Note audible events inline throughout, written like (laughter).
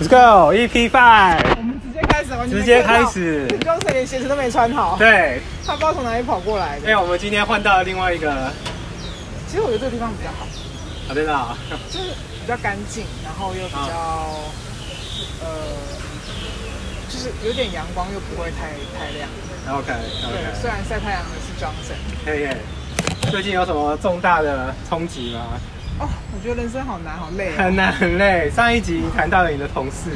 Let's go EP five，我们直接开始，完全没直接看到开，始。你刚才连鞋子都没穿好，对，他不知道从哪里跑过来哎、的。我们今天换到了另外一个，啊，其实我觉得这个地方比较好，真的 (laughs) 啊、就是比较干净，然后又比较、呃，就是有点阳光又不会太太亮。 OK 对，虽 OK，然晒太阳的是 Johnson。嘿嘿。最近有什么重大的冲击吗？哦，我觉得人生好难，好累、哦。很难很累。上一集谈到了你的同事，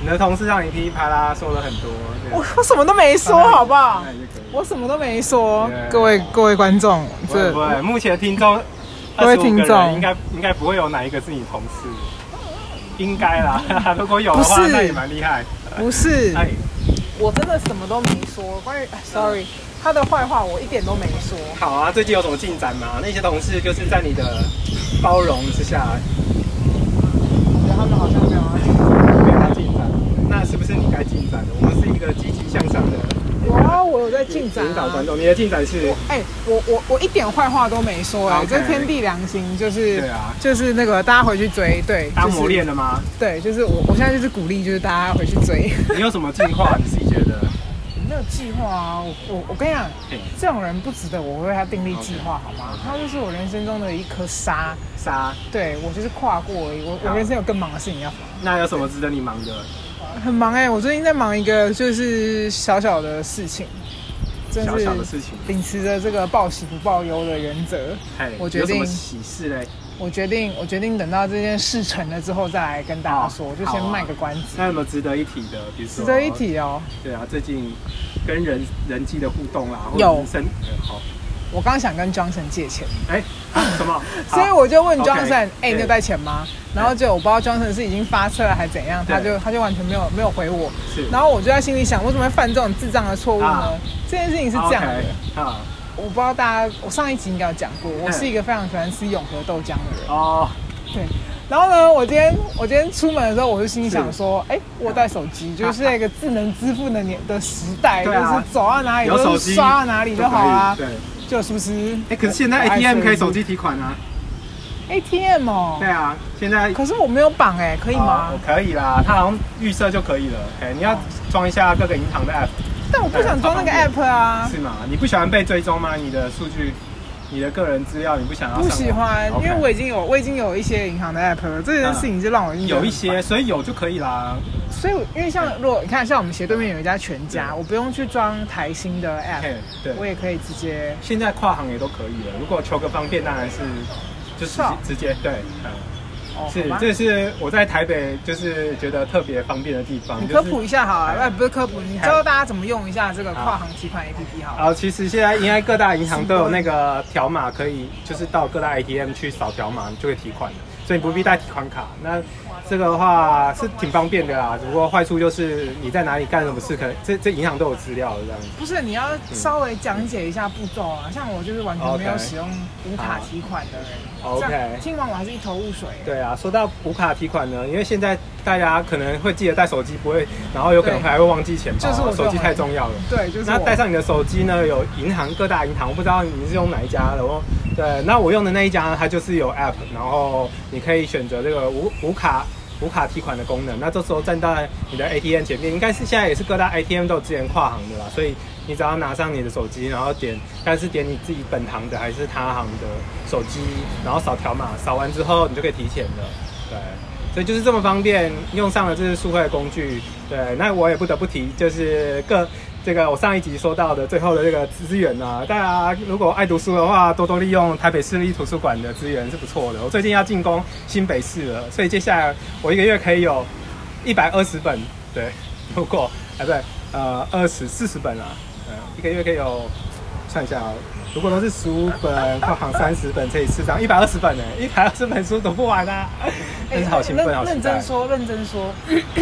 你的同事让你噼里啪啦说了很多。对我我什么都没说，好不好那？你就可以我什么都没说 Yeah 各位各位观众，不会这不会，目前听众各位听众25个人应该应该不会有哪一个是你同事，应该啦。 (laughs) 如果有的不话，是那也蛮厉害。不是。哎，我真的什么都没说，关于哎 sorry，他的坏话我一点都没说。好啊，最近有什么进展吗？那些同事就是在你的包容之下我觉得他们好像没有要听没有进展，那是不是你该进展的？我们是一个积极向上的我。有啊，我有在进展引导啊观。众，你的进展是哎、我我我一点坏话都没说哎、 OK 这天地良心，就是对啊就是那个大家回去追，对，当就是磨练了吗？对，就是我我现在就是鼓励，就是大家回去追。你有什么进化？你自己觉得？没有计划啊，我我我跟你讲，嘿这种人不值得我为他订立计划，好吗？他就是我人生中的一颗沙， (laughs) 杀？对我就是跨过而已。我我好人生有更忙的事情要忙，那有什么值得你忙的？很忙哎、我最近在忙一个就是小小的事情，真小是小的事情，秉持着这个报喜不报忧的原则，嘿，我决有什定么喜事嘞？我决定，我决定等到这件事成了之后再来跟大家说，哦好啊就先卖个关子。那有没有值得一提的？比如说，值得一。提哦，对啊，最近跟人人际的互动啦，或者有是生呃好，我刚想跟 Johnson 借钱，哎、啊什么？好所以我就问 OK， Johnson，哎、对你有带钱吗？然后就我不知道 Johnson 是已经发车了还怎样，对他就他就完全没有没有回我。是然后我就在心里想，我怎么会犯这种智障的错误呢？啊这件事情是这样的 OK，啊，我不知道大家，我上一集应该有讲过，嗯我是一个非常喜欢吃永和豆浆的人。哦，然后呢，我今天我今天出门的时候，我就心里想说，哎，我带手机，就是那个智能支付的年的时代，就啊对啊是走到哪里有手都机是刷到哪里就好啊。啦。对，哎、哎就是不是？可是现在我爱 ATM 可以手手机提款啊。 ATM 哦对，啊，现在可是我没有绑哎，可以吗哦？可以啦，它好像预设就可以了。哎、你要装一下各个银行的 app 但我不想装那个哎好方 app 啊，是吗？你不喜欢被追踪吗？你的数据、你的个人资料，你不想要上不网？喜欢，因 OK 嗯为我已经有我已经有一些银行的 app 了，这件事情就让我已经觉得有一很些，所以有就可以啦。所以我，因为像如果你看，像我们斜对面有一家全家，对我不用去装台新的 app，嘿，对，我也可以直接。现在跨行也都可以了。如果求个方便，当然是就是是哦直接对，嗯，哦，是好吧，这是我在台北就是觉得特别方便的地方你。科就普是一下好了，哎哎，不是科普，你哎教教大家怎么用一下这个跨行提款 APP 好了。啊，其实现在应该各大银行都有那个条码，可以就是到各大 ATM 去扫条码，你就可以提款了，所以你不必带提款卡。那这个的话是挺方便的啦，只不过坏处就是你在哪里干什么事，可能这这银行都有资料的这样子。不是，你要稍微讲解一下步骤嗯啊，像我就是完全没有 OK 使用无卡提款的人 OK 这样听完我还是一头雾水。对啊，说到无卡提款呢，因为现在大家可能会记得带手机，不会，然后有可能还会忘记钱包，就是我这种手机太重要了。对，就是那我带上你的手机呢，有银行各大银行，我不知道你是用哪一家的哦。对，那我用的那一家呢，它就是有 app，然后你可以选择这个无无卡无卡提款的功能。那这时候站在你的 ATM 前面，应该是现在也是各大 ATM 都有支援跨行的啦，所以你只要拿上你的手机，然后点，但是点你自己本行的还是他行的手机，然后扫条码，扫完之后你就可以提钱了。对。所以就是这么方便，用上了这是数会的工具。对，那我也不得不提，就是各这个我上一集说到的最后的这个资源啊，大家如果爱读书的话，多多利用台北市立图书馆的资源是不错的。我最近要进攻新北市了，所以接下来我一个月可以有一百二十本，对，如果哎不对，呃二十四十本啊，嗯，一个月可以有算一下啊，如果都是十五本，跨行三十本，乘以四张，一百二十本呢、一百二十本书读不完啊，哎真是好兴奋，认好期认待真。说，认真说， (coughs)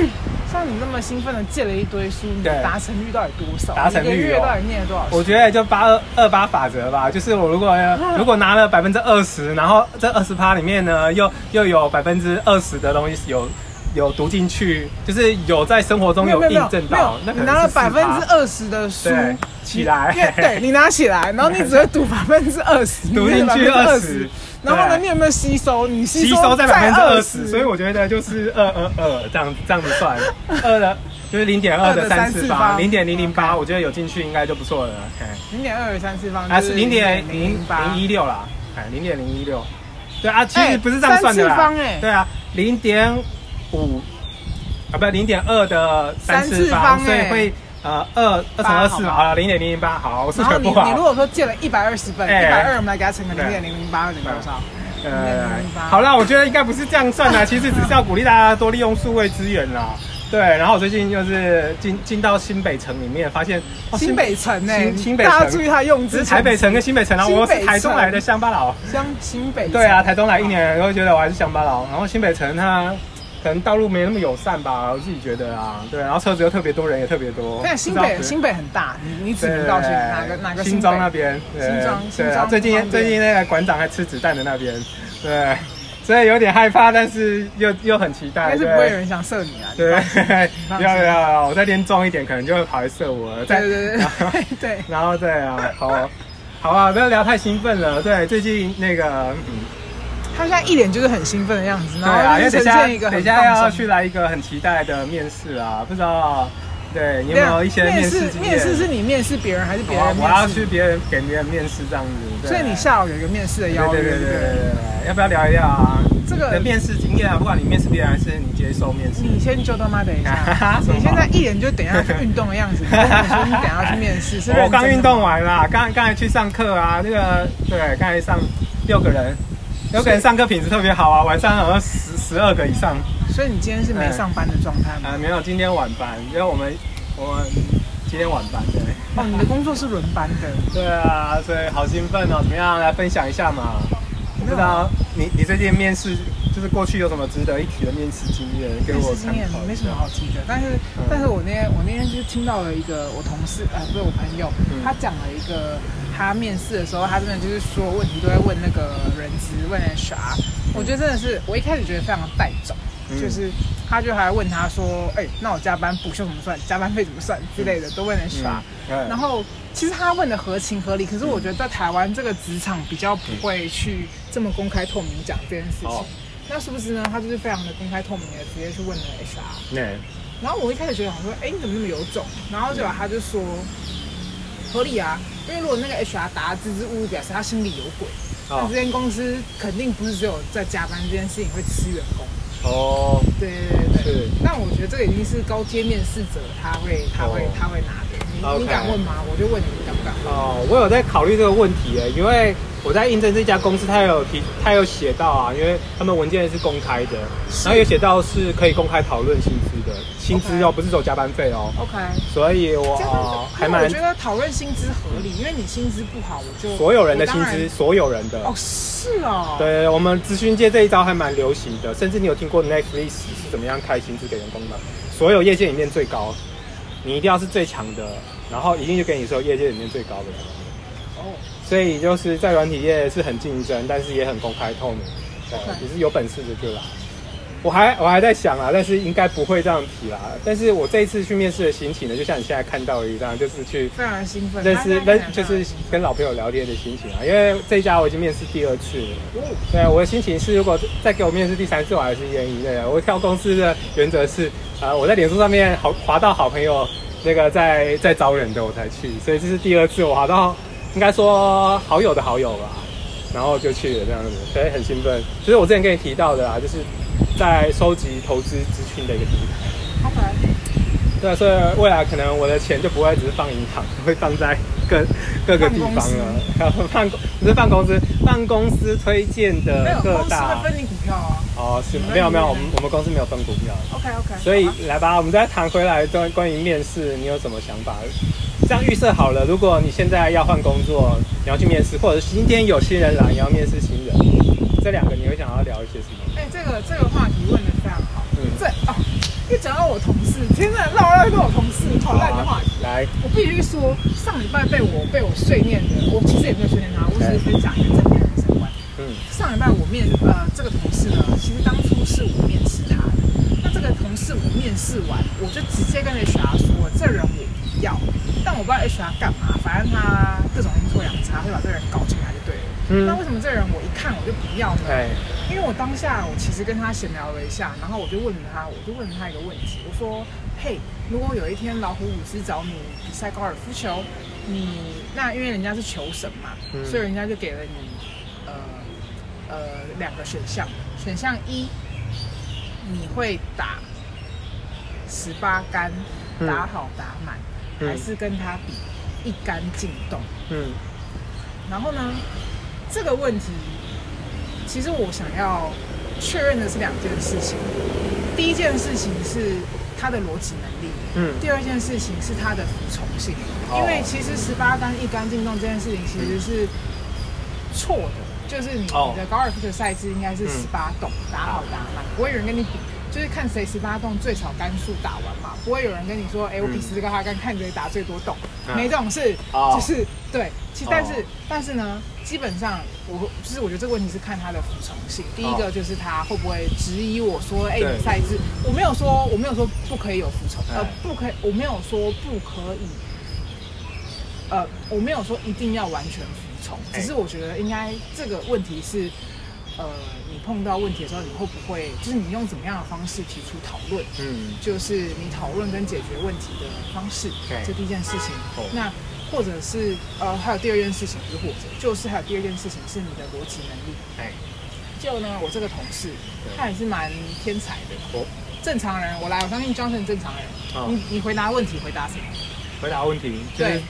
像你那么兴奋的借了一堆书，你的对达成率到底多少？达成率哦你一个月到底念了多少书？我觉得就八二二八法则吧，就是我如果如果拿了百分之二十，然后这二十趴里面呢，又又有百分之二十的东西有有读进去，就是有在生活中没有没有没印有证没到有，那可你能拿了是百分10%之二十的书对起来 (laughs) 你对你拿起来，然后你只会读百分之二十，读进去二十，然后呢，你有没有吸收？你吸收收在在百分之二十， 20%所以我觉得就是二二二这样这样子算，二的就是零点二二的的三次方，零点零零八， 348我觉得有进去应该就不错了。嘿零点二三次方啊，就是零点零零零一六啦，哎，零点零一六，对啊，其实哎不是这样算的啦，三次方哎对啊，零点五啊，不，零点二的三次方，三次方所以哎会呃二二乘二四嘛，八好吧好了，零点零零八，好，我数然后学你不你如好，果说借了一百二十本，哎一百二我们来给它乘个对零点零零八，等于多少？呃0.008，好啦，我觉得应该不是这样算 (laughs) 啦，其实只是要鼓励大家多利用数位资源啦。对，然后我最近就是进进到新北城里面，发现、哦新北城呢？新新北大家城注意，它的用只字。是台北城跟新北城啊，新我北是台中城来的乡巴佬。像新北城对啊，台中来一年，我会觉得我还是乡巴佬。然后新北城它可能道路没那么友善吧，我自己觉得啊。对，然后车子又特别多，人也特别多。但新不知道北是新北很大，你你指对不到去哪个哪个新北庄那边，对新庄对新啊，庄最近旁边最近那个馆长还吃子弹的那边，对，所以有点害怕，但是又又很期应待。该是对不会有人想射你啊。对你 (laughs) 放要心，放心要要，我再练壮一点，可能就会跑来射我了。再对对然后对对， (laughs) 然后对啊，好，好啊，不要聊太兴奋了。对，最近那个，嗯他现在一脸就是很兴奋的样子，对然啊，后因就为等是呈一下现一个等很一下要放去松。来一个很期待的面试啊，不知道，对你有没有一些啊面试试经验？面试是你面试别人还是别好啊人？我要去，别人给别人面试这样子。对所以你下午有一个面试的对邀对约，对对对不对对？对，要不要聊一聊啊？这你的个面试经验啊，不管你面试别人还是你接受面试，你先就他妈等 (laughs) 一下，什么你现在一脸就等一下去运动的样子，你跟我说你等一下去面 (laughs) 试，是认真的我刚运动完啦，刚刚才去上课啊，那个对，刚才上六个人，六个人上课品质特别好啊，晚上好像十十二个以上。所以你今天是没上班的状态吗？啊，没有，今天晚班，因为我们我们今天晚班对。哦，你的工作是轮班的，对啊，所以好兴奋哦！怎么样，来分享一下嘛？我不知道你你最近面试，就是过去有什么值得一提的面试经验，给面我试参经验考一下。没什么好提的。但是嗯，但是我那天我那天就是听到了一个我同事，呃，不是我朋友嗯，他讲了一个他面试的时候，他真的就是说问题都在问那个人资，问 HR。我觉得真的是，我一开始觉得非常的带种，嗯就是他就还问他说，哎，那我加班补休怎么算？加班费怎么算之类的，都问 HR。嗯然后其实他问的合情合理，可是我觉得在台湾这个职场比较不会去这么公开透明讲这件事情。哦那殊不知呢，他就是非常的公开透明的直接去问了 HR。那然后我一开始觉得想说，哎，你怎么那么有种？然后结果他就说合理啊，因为如果那个 HR 答支支吾吾，表示他心里有鬼。那哦这间公司肯定不是只有在加班这件事情会吃员工。哦对对对对是。但我觉得这个已经是高阶面试者他会他会、哦他会拿的。你 OK 你敢问吗？我就问你，你敢不敢问？哦，我有在考虑这个问题耶，因为我在应征这家公司，它有提，它有写到啊，因为他们文件是公开的，然后有写到是可以公开讨论薪资的，薪资哦， OK 不是走加班费哦， OK，所以我、这样哦、子，还因为我蛮觉得讨论薪资合理，因为你薪资不好，我就所有人的薪我当资，然所有人的。哦，是哦，，对，我们咨询界这一招还蛮流行的，甚至你有听过 Netflix 是怎么样开薪资给员工吗？所有业界里面最高，你一定要是最强的，然后一定就给你说业界里面最高的。哦，所以就是在软体业是很竞争，但是也很公开透明，对，只是有本事的就来。我还我还在想啊，但是应该不会这样提啦。但是我这一次去面试的心情呢，就像你现在看到的一样，就是去非常兴奋，认他识现在认看就起来非常是兴奋跟老朋友聊天的心情啊。因为这一家我已经面试第二次了，哦对，啊我的心情是，如果再给我面试第三次，我还是愿意的。我跳公司的原则是，呃，我在脸书上面好滑到好朋友那个在在招人的，我才去，所以这是第二次我滑到应该说好友的好友吧，然后就去了这样子，所以很兴奋。就是我之前跟你提到的啊，就是在收集投资资讯的一个地方。 ，OK，对，啊所以未来可能我的钱就不会只是放银行， (laughs) 会放在各各个地方了。然后放公不是放公司，放公司推荐没的有呃各公司大会。分你股票啊哦，是你们没有没有，我你们们我们公司没有分股票， ，OK OK，所以来吧，我们再谈回来关关于面试，你有什么想法？这样预设好了，如果你现在要换工作，你要去面试，或者是今天有新人来，你要面试新人，这两个你会想要聊一些什么？哎，这个这个话题问的非常好，嗯这哦，一讲到我同事，天哪，绕绕一个我同事，好烂的话题。啊来，我必须说，上礼拜被我被我碎念的，我其实也没有碎念他，我只是分享一个正面的人生观。嗯，上礼拜我面呃这个同事呢，其实当初是我面试他的。那这个同事我面试完，我就直接跟 HR 说，这人我不要。但我不知道 HR 干嘛，反正他各种阴错阳差会把这个人搞进来就对了。嗯那为什么这个人我一看我就不要呢？哎，因为我当下我其实跟他闲聊了一下，然后我就问了他，我就问了他一个问题，我说：“嘿，如果有一天老虎伍兹找你比赛高尔夫球，你那因为人家是球神嘛，嗯所以人家就给了你呃呃两个选项，选项一你会打十八杆，嗯打好打满，嗯还是跟他比一杆进洞？”嗯然后呢，这个问题其实我想要确认的是两件事情。第一件事情是他的逻辑能力，嗯第二件事情是他的服从性。哦因为其实十八杆一杆进洞这件事情其实是错的，就是你哦嗯的高尔夫球赛制应该是十八洞，打好打满，不会有人跟你比。就是看谁十八洞最少杆数打完嘛，不会有人跟你说，哎、我比嗯十个哈杆，看谁打最多洞，嗯没这种事。哦就是对，其哦但是、但是呢，基本上我就是我觉得这个问题是看他的服从性。第一哦个就是他会不会质疑我说，哎、对你赛制，我没有说我没有说不可以有服从，呃哎，不可以，我没有说不可以，呃，我没有说一定要完全服从，哎只是我觉得应该这个问题是，呃，你碰到问题的时候，你会不会就是你用怎么样的方式提出讨论？嗯就是你讨论跟解决问题的方式对，这第一件事情哦。那或者是呃，还有第二件事情不是或者，就是还有第二件事情是你的逻辑能力。哎，就呢，我这个同事对他也是蛮天才的，我正常人我来，我相信 Johnson 正常人。哦你你回答问题回答什么？回答问题，就对是，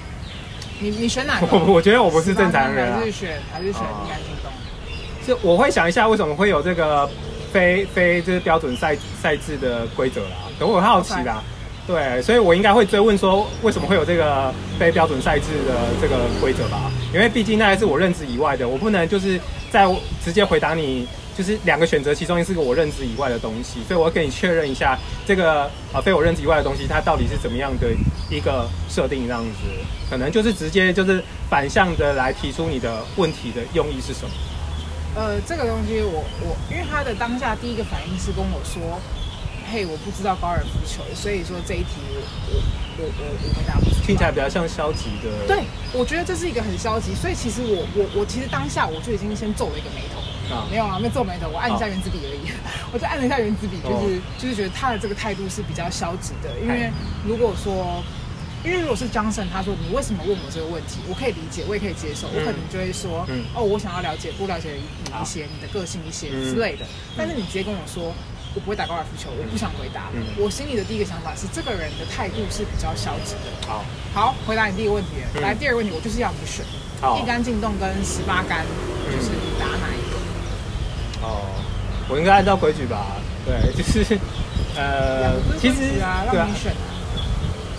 你你选哪 (laughs) 我个？我觉得我不是正常人18啊还是，选还是选哦应该运动？是我会想一下为什么会有这个非非就是标准赛赛制的规则啦，等我好奇啦。对，所以我应该会追问说，为什么会有这个非标准赛制的这个规则吧？因为毕竟那还是我认知以外的，我不能就是在直接回答你，就是两个选择其中一是个我认知以外的东西，所以我要跟你确认一下这个呃非我认知以外的东西，它到底是怎么样的一个设定这样子，可能就是直接就是反向的来提出你的问题的用意是什么。呃，这个东西我我，因为他的当下第一个反应是跟我说，嘿，我不知道高尔夫球，所以说这一题我我我我我回答不出来听起来比较像消极的。对，我觉得这是一个很消极，所以其实我我我其实当下我就已经先皱了一个眉头，啊没有啊，没有皱眉头，我按一下原子笔而已， (laughs) 我就按了一下原子笔，哦就是、就是觉得他的这个态度是比较消极的，因为哎如果说。因为如果是 Johnson，他说你为什么问我这个问题，我可以理解，我也可以接受，我可能就会说，嗯哦，我想要了解多了解你一些，你的个性一些嗯之类的。但是你直接跟我说，我不会打高尔夫球，我不想回答，嗯我心里的第一个想法是，这个人的态度是比较消极的。好，好，回答你第一个问题了。嗯来，第二个问题，我就是要你选好一杆进洞跟十八杆，就是你打哪一个？哦，我应该按照规矩吧？对， (laughs) 就是呃两个，不是其规实矩啊，对让啊你，选啊。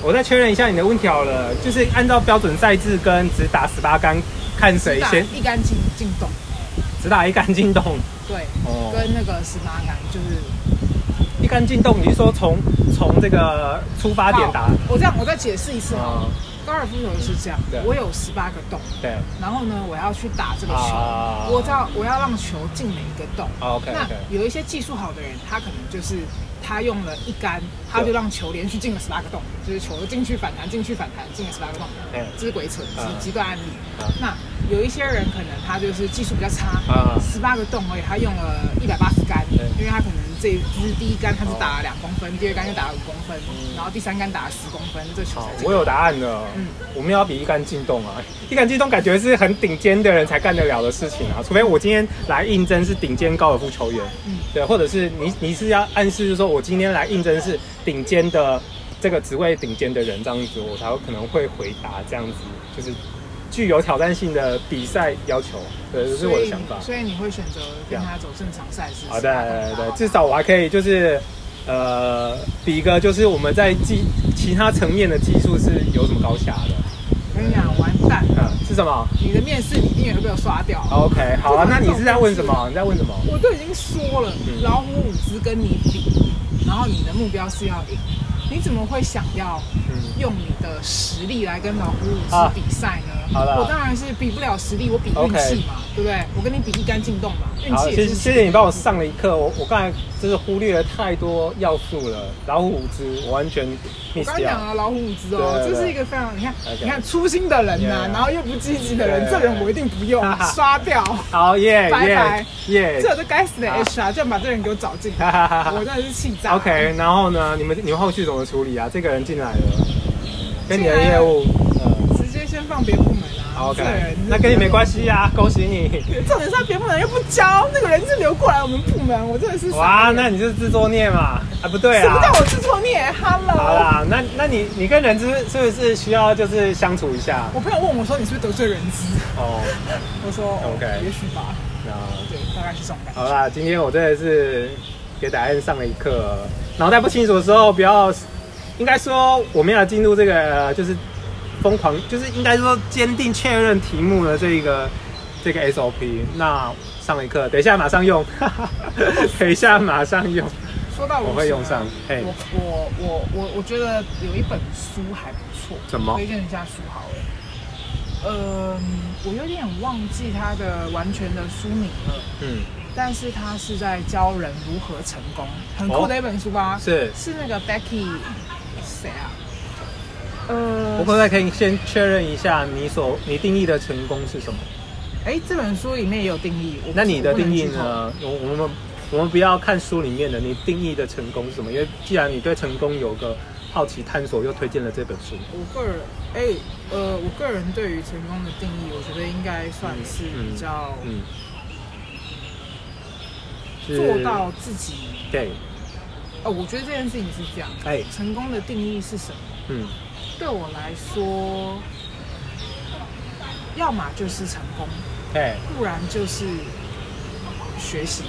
我再确认一下你的问题好了，就是按照标准赛制跟只打十八杆，看谁只打先一杆进进洞，只打一杆进洞。对，哦跟那个十八杆就是一杆进洞，你是说从从这个出发点打好？我这样，我再解释一次哈。啊？高尔夫球是这样对，我有十八个洞，对然后呢，我要去打这个球，啊我知道我要让球进每一个洞。 ，OK 那 OK，有一些技术好的人，他可能就是他用了一杆，他就让球连续进了十八个洞，就是球进去反弹，进去反弹，进了十八个洞嗯，这是鬼扯，嗯极极端案例嗯。那有一些人可能他就是技术比较差嗯，十八个洞而已，他用了一百八十杆对，啊因为他可能这就是第一杆他只打了两公分，第二杆就打了五公分，然后第三杆打了十公分，这球嗯好才，进我。有答案了。嗯我们要比一杆进洞啊，一杆进洞感觉是很顶尖的人才干得了的事情啊，除非我今天来应征是顶尖高尔夫球员，嗯对，或者是你你是要暗示就是说我今天来应征是顶尖的这个职位顶尖的人这样子，我才有可能会回答这样子，就是具有挑战性的比赛要求，对，这是我的想法。所以你会选择跟他走正常赛事？好十八洞的，对打对，好至少我还可以就是，呃，比一个就是我们在技其他层面的技术是有什么高下的。我跟你讲，完蛋，嗯，是什么你的面试你一定也会被我刷掉。 ？OK，好啊，那你是在问什么？你在问什么？我都已经说了，嗯老虎伍兹跟你比，然后你的目标是要赢，你怎么会想要嗯，用你的实力来跟老虎伍兹啊比赛呢？好啦我当然是比不了实力，我比运 OK 气嘛对不对？我跟你比一杆进洞嘛，运好，气谢也谢是。谢谢你帮我。上了一课，我我刚才就是忽略了太多要素了，老虎伍兹我完全我 miss 刚刚掉讲。了老虎伍兹哦，啊对对对这是一个非常你看 OK 你看粗心的人呐、 Yeah 然后又不积极的人 Yeah 这人我一定不用刷掉， (laughs) 好耶拜耶拜耶这都该死的好 HR，就把这人给我找进来，哈哈哈哈我真的是气炸。 ！OK，然后呢？你们你们后续怎么处理啊？这个人进来了，跟你的进来业了务，呃直接先放别部门啊。 ，OK，这人那跟你没关系啊，恭喜你。重点是他别部门又不教，那个人是流过来我们部门，我真的是哇，傻眼那你就是自作孽嘛？啊，不对什么叫啊。我自作孽好？Hello，啦，那那你你跟人之是不是需要就是相处一下？我朋友问我说你是不是得罪人资，哦，我说哦 OK 也许吧，那对，大概是这种感觉。好啊啦，今天我真的是给答案上了一课。脑袋不清楚的时候，不要，应该说我们要进入这个呃就是疯狂，就是应该说坚定确认题目的这一个这个 SOP。那上了一课，等一下马上用， (laughs) 等一下马上用。说到啊我会用上嘿我我我我我觉得有一本书还不错，什么推荐一下书好了。嗯，我有点忘记它的完全的书名了，嗯，但是它是在教人如何成功，很酷哦的一本书吧？是。是那个 Becky 谁啊？呃不，过再可以先确认一下你所你定义的成功是什么？哎，这本书里面也有定义。我不那你的我不能定义剧透呢？我我们我们不要看书里面的，你定义的成功是什么？因为既然你对成功有个好奇探索，又推荐了这本书，我个人，哎，呃，我个人对于成功的定义，我觉得应该算是嗯嗯比较嗯，是做到自己。对，哦，我觉得这件事情是这样。哎，成功的定义是什么？嗯对我来说，要么就是成功，哎，不然就是学习。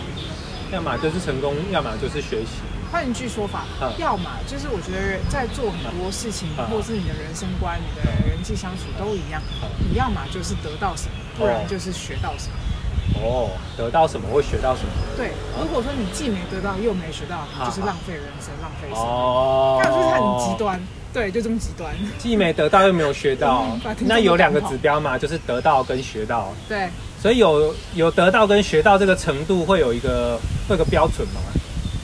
要么就是成功，要么就是学习，换一句说法，嗯要么就是我觉得在做很多事情，嗯或是你的人生观、你的人际相处都一样，嗯你要么就是得到什么，不哦然就是学到什么。哦，得到什么会学到什么，对，啊如果说你既没得到又没学到，嗯就是浪费人生，浪费生命。哦，那就是很极，端，对，就这么极端。既没得到又没有学到嗯把，听众那有两个弄跑指标嘛，就是得到跟学到，对，所以有有得到跟学到这个程度会有一个会有个标准嘛？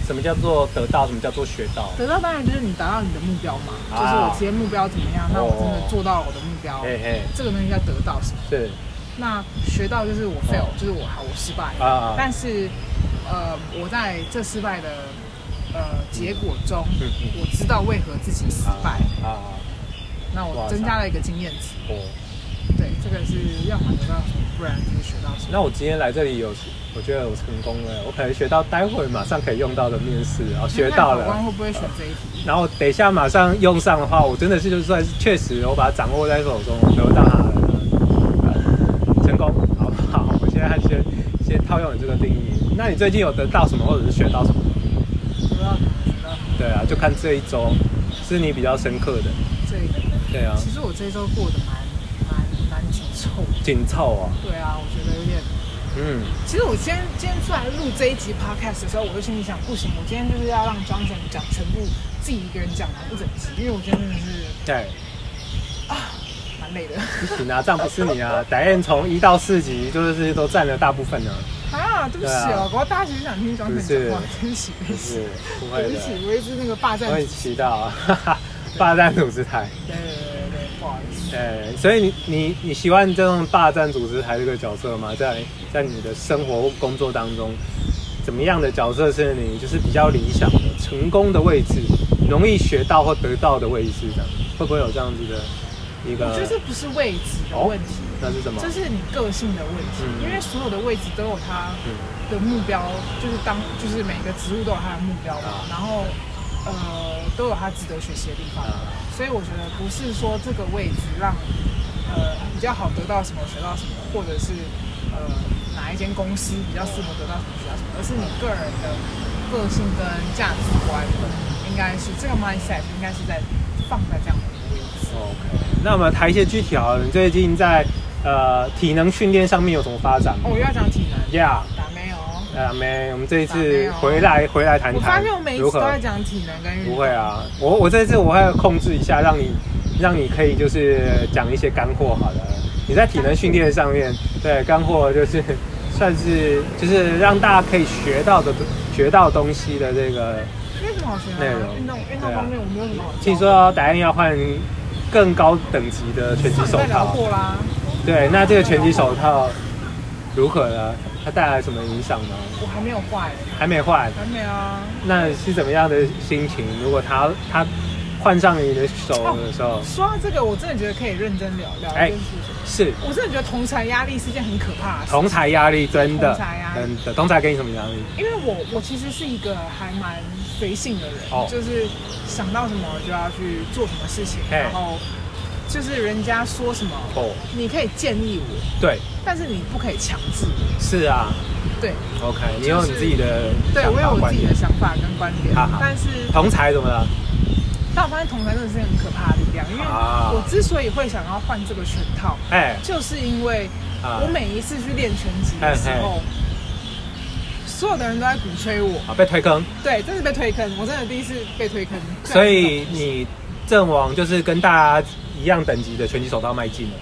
什么叫做得到？什么叫做学到？得到当然就是你达到你的目标嘛，啊就是我今天目标怎么样，那我真哦哎的做到我的目标，嘿嘿，这个东西叫得到什么。是那学到就是我 fail，就是我好，我失败了。哦啊，但是，呃，我在这失败的呃结果中嗯嗯，我知道为何自己失败，啊啊，那我增加了一个经验值。哦，对，这个是要么得到什么，不然就是学到什么。那我今天来这里有，我觉得我成功了，我可能学到待会马上可以用到的面试，然后学到考官了，会不会选这一题？然后等一下马上用上的话，我真的是就算是确实我把它掌握在手中，我得到它了，呃成功，好不好？我现在先先套用你这个定义，那你最近有得到什么，或者是学到什么？得到什么？学到什么对啊，就看这一周是你比较深刻的。这一个。对啊，其实我这一周过得蛮蛮蛮紧凑的。紧凑啊，对啊，我觉得有点。嗯，其实我今天今天出来录这一集 podcast 的时候，我就心里想，不行，我今天就是要让庄神讲全部自己一个人讲完一整集，因为我今天真的是对，蛮累的不行啊，这样不是你啊。d (laughs) a 从一到四级就是都占了大部分呢、 (laughs) 啊，对不起对啊哦，我大家其实想听庄 (laughs) 神讲话，对不起，对就不起，是不会对不的，起， (laughs) 我一直那个霸占我主很持，期待啊， (laughs) 哈哈，霸占组织台。对对对对，不好意思，对，所以你你你喜欢这种霸占组织台这个角色吗？在在你的生活工作当中，怎么样的角色是你就是比较理想的、成功的位置，容易学到或得到的位置这样会不会有这样子的一个？我觉得这不是位置的问题，那是什么？这是你个性的问题，嗯因为所有的位置都有它嗯的目标，就是当就是每个职务都有它的目标嘛啊，然后呃都有它值得学习的地方，啊所以我觉得不是说这个位置让呃比较好得到什么学到什么，或者是呃哪一间公司比较适合得到什么学到什么，而是你个人的个性跟价值观应该是这个 mindset 应该是在放在这样的一个位置。 OK，那我们谈一些具体好了。你最近在呃体能训练上面有什么发展吗哦，我又要讲体能， ？Yeah，打没有？哎呀没，我们这一啊没次有回来回来谈我发谈现我每一如次都何在讲体能跟运动。不会啊，我我这次我会控制一下，让你让你可以就是讲一些干货好了。你在体能训练上面，对干货就是算是就是让大家可以学到的学到东西的这个。没有什么好学内的、啊容运动运对动啊方面我没有什么好。听，说达恩要换更高等级的拳击上礼手拜聊套，过啦。对，那这个拳击手套如何呢？它带来什么影响呢？我还没有坏，还没换，还没啊。那是怎么样的心情？如果他他换上你的手的时候，说到这个，我真的觉得可以认真聊聊哎一件事情。是我真的觉得同才压力是一件很可怕的事，同才压力，真的同侪压，力真的，同才给你什么压力？因为我我其实是一个还蛮随性的人，哦就是想到什么就要去做什么事情，嘿然后就是人家说什么，哦，你可以建议我，对，但是你不可以强制我。是啊对，OK，你有你自己的对，想我法有我观自己点的。想法跟观点好好，但是同才怎么了？但我发现同才真的是很可怕的力量，因为啊我之所以会想要换这个拳套，哎就是因为啊我每一次去练拳击的时候，所有的人都在鼓吹我，啊，被推坑，对，真是被推坑，我真的第一次被推坑。所以你正往就是跟大家一样等级的拳击手道迈进了，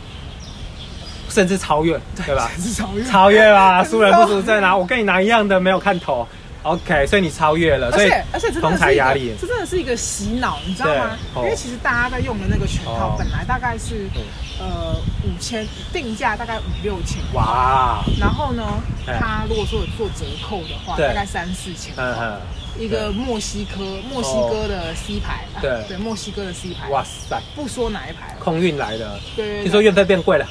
甚至超越，对吧？ (laughs) 是超越， (laughs) 超越啦， (laughs) 真的输人不输阵啊！我跟你拿一样的，没有看头。OK，所以你超越了，而所以且而且这真同的台是一压个力，这真的是一个洗脑，你知道吗？对哦因为其实大家在用的那个拳哦套本来大概是嗯呃五千定价，大概五六千。哇，然后呢，哎它如果说有做折扣的话，对大概三四千。嗯哼，一个墨西哥墨西哥的 C 牌，啊哦对 (laughs) 对，墨西哥的 C 牌，哇塞，不说哪一排了，空运来的，对哎对对，听说运费变贵了，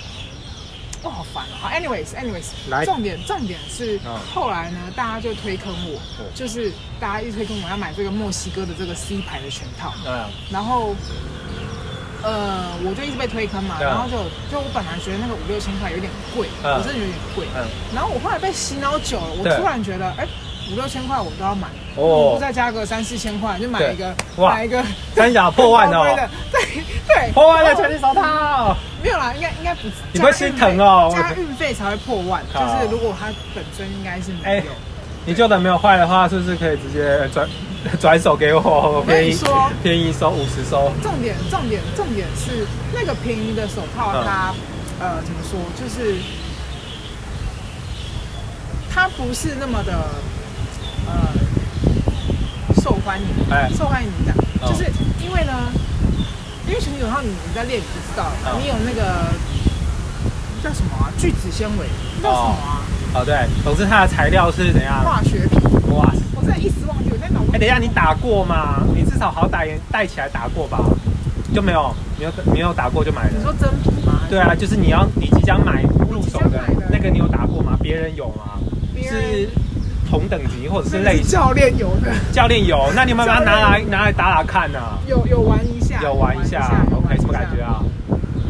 哦好烦哦。好来，anyways，anyways，重点重点是嗯后来呢，大家就推坑我哦，就是大家一直推坑我要买这个墨西哥的这个 C 牌的拳套，嗯，然后。呃，我就一直被推坑嘛，对啊然后就就我本来觉得那个五六千块有点贵，嗯我真的有点贵。嗯然后我后来被洗脑久了，我对突然觉得，哎，五六千块我都要买，哦不如再加个三四千块就买一个，对哇买一个三小破万高规哦的，， (laughs) 对对，破万的拳击手套，没有啦，应该应该不，你不会心疼哦加运费加运费才会破万，就好是如果它本身应该是没哎有。你旧的没有坏的话，是不是可以直接转 (laughs) 转手给我？我跟便你宜说便宜收五十收，重点重点重点是那个便宜的手套嗯它，呃，怎么说，就是它不是那么的呃受欢迎，哎受欢迎怎么哦讲？就是因为呢，因为拳击手套你你在练你不知道，哦你有那个叫什么啊？聚酯纤维叫什么啊？哦对，总之它的材料是怎样？化学品，哇，我真的一时忘记我在脑。哎，等一下你打过吗？你至少好歹也带起来打过吧，就没有没有没有打过就买了你。说真皮吗？对啊，就是你要你即将买入手的即将买的那个，你有打过吗？别人有吗？别人是同等级或者那是个 (laughs) 类是似？教练有的，教练有，那你有没有把它拿教来练拿来打打看呢、有有玩一下，有玩一下有玩，OK，一什么感觉？啊？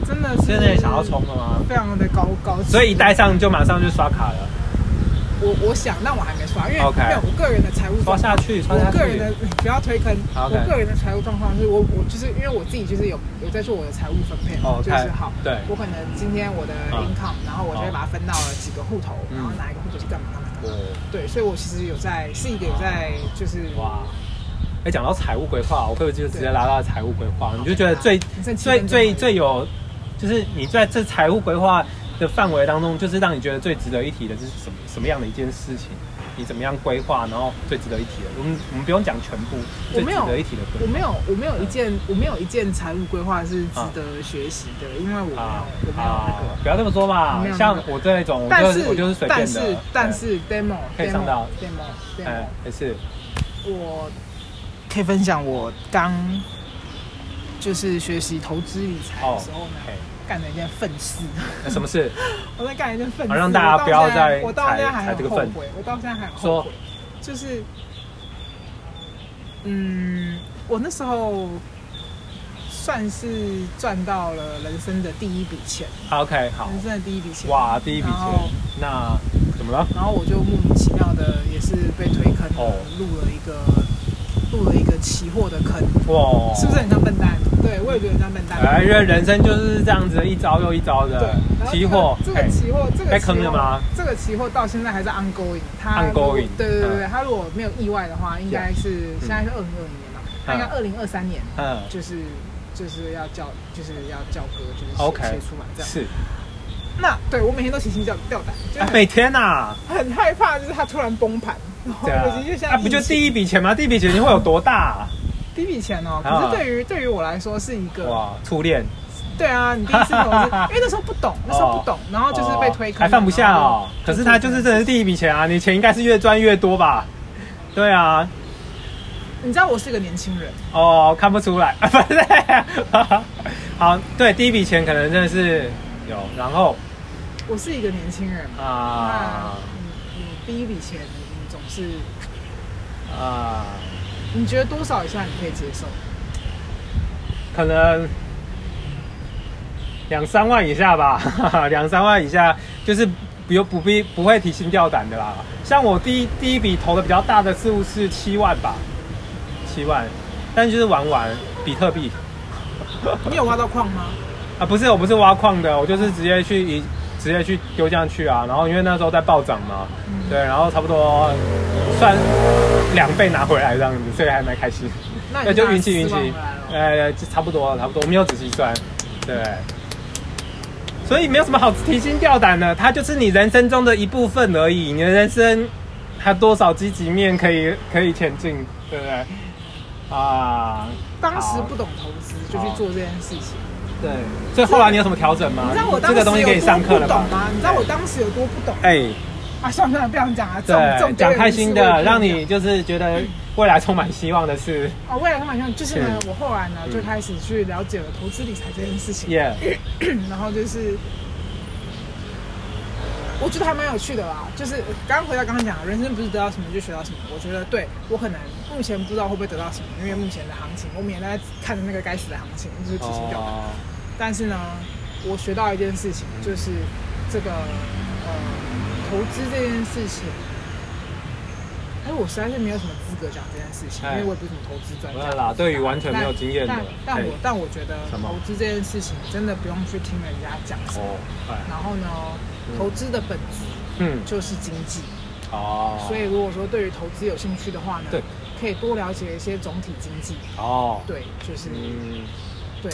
真的是真的想要冲，了吗？非常的高高级。所以一戴上就马上就刷卡了，我我想，但我还没刷，因为 OK 没有我个人的财务刷状况。下去，刷我下个人去的。不要推坑。 OK 我个人的财务状况是我我就是因为我自己就是有有在做我的财务分配嘛，哦 OK，就是好，对我可能今天我的嗯 income，然后我就会好把它分到了几个户头，嗯然后哪一个户头是干嘛干嘛干嘛。哦对，所以我其实有在是一个有在就是哇！哎，讲到财务规划，我会不会就直接拉到财务规划？你就觉得最你剩七最分钟而最已最有，就是你在这财务规划的范围当中，就是让你觉得最值得一提的，是什么什么样的一件事情？你怎么样规划？然后最值得一提的，我们我们不用讲全部，我最没值有得一提的规我划。没有，我没有一件，我没有一件财务规划是值得学习的，因为我没有，啊我没有啊那个。！不要这么说嘛没有那，个像我这种，我但就是我就是随便但的啊哎是，但是 demo 可以上 demo 到哎，demo 哎 demo，也是我可以分享我刚就是学习投资理财的时候呢， OK，干了一件愤事，哦哎那什么事？ (laughs) 我在干了一件愤好事，让大家我到不要现在再我到现在踩还踩这个很后愤悔，我到现在还很后说悔，就是嗯，我那时候。算是赚到了人生的第一笔钱，好啊 OK，好，人生的第一笔钱。哇，第一笔然后钱，那怎么了？然后我就莫名其妙的也是被推坑了，哦录了一个入了一个期货的坑，哇，是不是很像笨蛋？对我也觉得很像笨蛋。哦哎，因为人生就是这样子，一招又一招对的，然后这个期货，哎这个嘿期货，这个被坑期货了吗？这个期货到现在还是 ongoing，它 Ongoing，对对对对，嗯它如果没有意外的话，应该是现在是二零二零年嘛，它应该二零二三年嗯，就是就是要叫就是要叫歌，就是写 OK 写出来这样。是，那对我每天都提心吊吊胆，就啊是每天呐，很害怕，就是它突然崩盘，然后对啊尤其是，像啊不就第一笔钱吗？第一笔钱你会有多大？第一笔钱哦，可啊是对于对于我来说是一个，哇，初恋，对啊，你第一次投 (laughs) 资，因为那时候不懂，那时候不懂，然后就是被推哦坑，还放不下然后哦。可是他就是真的是第一笔钱啊，你钱应该是越赚越多吧？对啊，你知道我是一个年轻人，哦，看不出来， (laughs) 啊不是， (laughs) 好，对，第一笔钱可能真的是有，然后我是一个年轻人嘛，啊那你你第一笔钱，你总是啊，你觉得多少以下你可以接受？可能两三万以下吧， (laughs) 两三万以下就是不用不必不会提心吊胆的啦。像我第一第一笔投的比较大的似乎是七万吧，七万，但就是玩玩比特币。你有挖到矿吗？啊，不是，我不是挖矿的，我就是直接去一直接去丢进去啊。然后因为那时候在暴涨嘛，嗯对，然后差不多算两倍拿回来这样子，所以还蛮开心。那那你就拿运气运4万气回来，了呃，就差不多差不多，我没有仔细算，对。所以没有什么好提心吊胆的，它就是你人生中的一部分而已。你的人生它多少积极面可以可以前进，对不对？啊，当时不懂投资就去做这件事情，对。所以后来你有什么调整吗？你知道我当这时个有东西给你上课多不了懂吧？吗？你知道我当时有多不懂？哎、啊，算了算了，不想讲了，这种这对，种丢讲人开事心我也不的，想让讲你就是觉得未来充满希望的事。哦，未来他们像就是呢，是我后来呢嗯就开始去了解了投资理财这件事情， (laughs) 耶、 (clears throat) 然后就是我觉得还蛮有趣的啦。就是刚刚回到刚刚讲的，人生不是得到什么就学到什么。我觉得对我可能目前不知道会不会得到什么，因为目前的行情，我每天在看着那个该死的行情，就是提心吊胆。哦，但是呢，我学到一件事情，嗯就是这个呃投资这件事情。哎，我实在是没有什么资格讲这件事情，因为我也不是什么投资专没家有。啦，对于完全哎没有经验的但，但哎我但我觉得什么投资这件事情真的不用去听人家讲什么。哦，哎然后呢，投资的本质嗯，就是经济，哦，所以如果说对于投资有兴趣的话呢，对，可以多了解一些总体经济。哦，对，就是、嗯，对，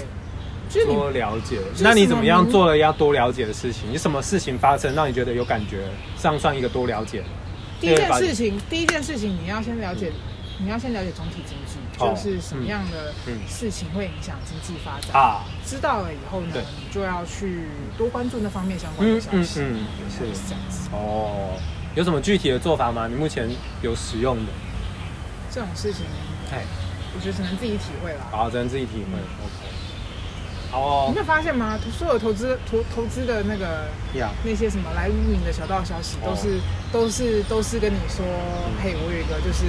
就是你多了解。是那你怎什么么样名做了要多了解的事情？你什么事情发生让你觉得有感觉？上算一个多了解。第一件事情，第一件事情你要先了解，你要先了解总体经济，哦就是什么样的嗯嗯事情会影响经济发展。啊，知道了以后呢对，你就要去多关注那方面相关嗯的消嗯息，嗯，是是这样子。哦。有什么具体的做法吗？你目前有使用的？这种事情，哎，我觉得只能自己体会啦。好，只能自己体会。嗯 OK。好哦你没。有发现吗？所有投资投投资的那个呀，那些什么来污名的小道消息，哦嗯都是、都是都是跟你说，嘿，我有一个就是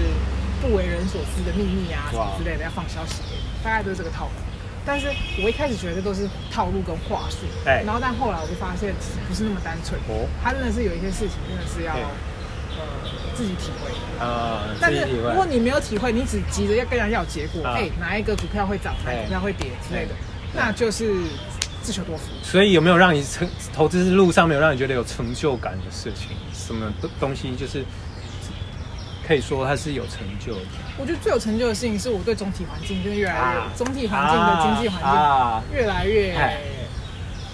不为人所知的秘密啊，什哇么之类的，要放消息给你，大概都是这个套路。但是我一开始觉得都是套路跟话术，哎然后但后来我就发现其实不是那么单纯，哦，它真的是有一些事情真的是要对呃自己体会。呃，但自己是体如果会。你没有体会，你只急着要跟人家要结果，啊哎、哪一个股票会涨，哪一个股票会跌之类的哎，那就是自求多福。所以有没有让你成投资路上没有让你觉得有成就感的事情？什么东东西就是可以说它是有成就的？我觉得最有成就的事情是我对总体环境就是越来越、啊总体环境的经济环境啊，越来越哎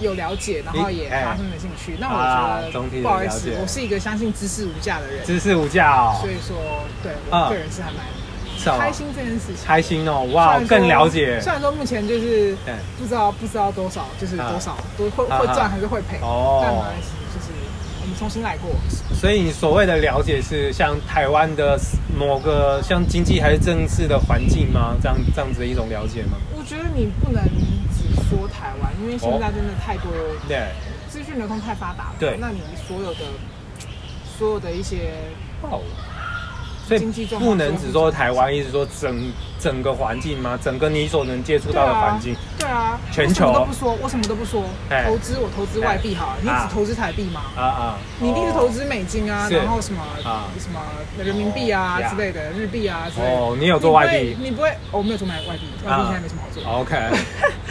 有了解，然后也哎发生了兴趣。那啊我觉总体的得不好意了思解，我是一个相信知识无价的人，知识无价哦，所以说对啊我个人是还蛮是哦开心这件事情。开心哦，虽哇，然说更了解虽然说目前就是哎不知道不知道多少，就是啊多少多会啊会啊赚还是会赔，哦但没关系，就是我们重新来过。所以你所谓的了解是像台湾的某个像经济还是政治的环境吗？这样这样子的一种了解吗？我觉得你不能只说台湾，因为现在真的太多对，资讯流通太发达了，对那你所有的所有的一些哦，所以经济状况不能只说台湾，一直说整整个环境吗？整个你所能接触到的对啊环境，对啊，全我什么球都不说，我什么都不说哎。投资我投资外币好了，你啊只投资台币吗？啊啊，你一定是投哦。资美金啊，是然后什么啊什么人民币啊哦呀之类的，日币啊之类的。哦，你有做外币你不会，你不会，哦我没有做买外币，外币啊现在没什么好做的。 (laughs) ？OK，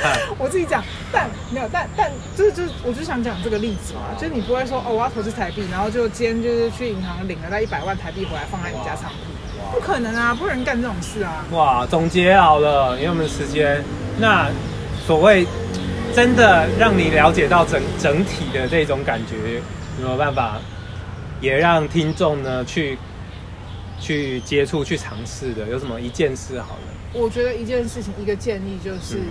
哎我自己讲，但没有，但但就是就是，我就想讲这个例子嘛，就是你不会说哦，我要投资台币，然后就今天就是去银行领了那一百万台币回来放在你家仓库，不可能啊，不可能干这种事啊。哇，总结好了，因为我们时间，那所谓真的让你了解到整整体的这种感觉，有没有办法也让听众呢去去接触、去尝试的？有什么一件事好了，我觉得一件事情，一个建议就是嗯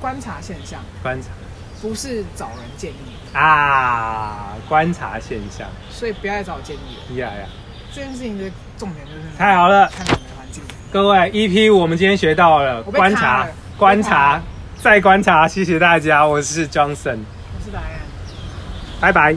观察现象，观察不是找人建议，啊，观察现象，所以不要再找我建议了。呀呀，这这件事情的重点就是太好了，看你的环境。各位 EP 我们今天学到了我被观卡察了、观被卡察、再观察，谢谢大家，我是 Johnson，我是答案。拜拜。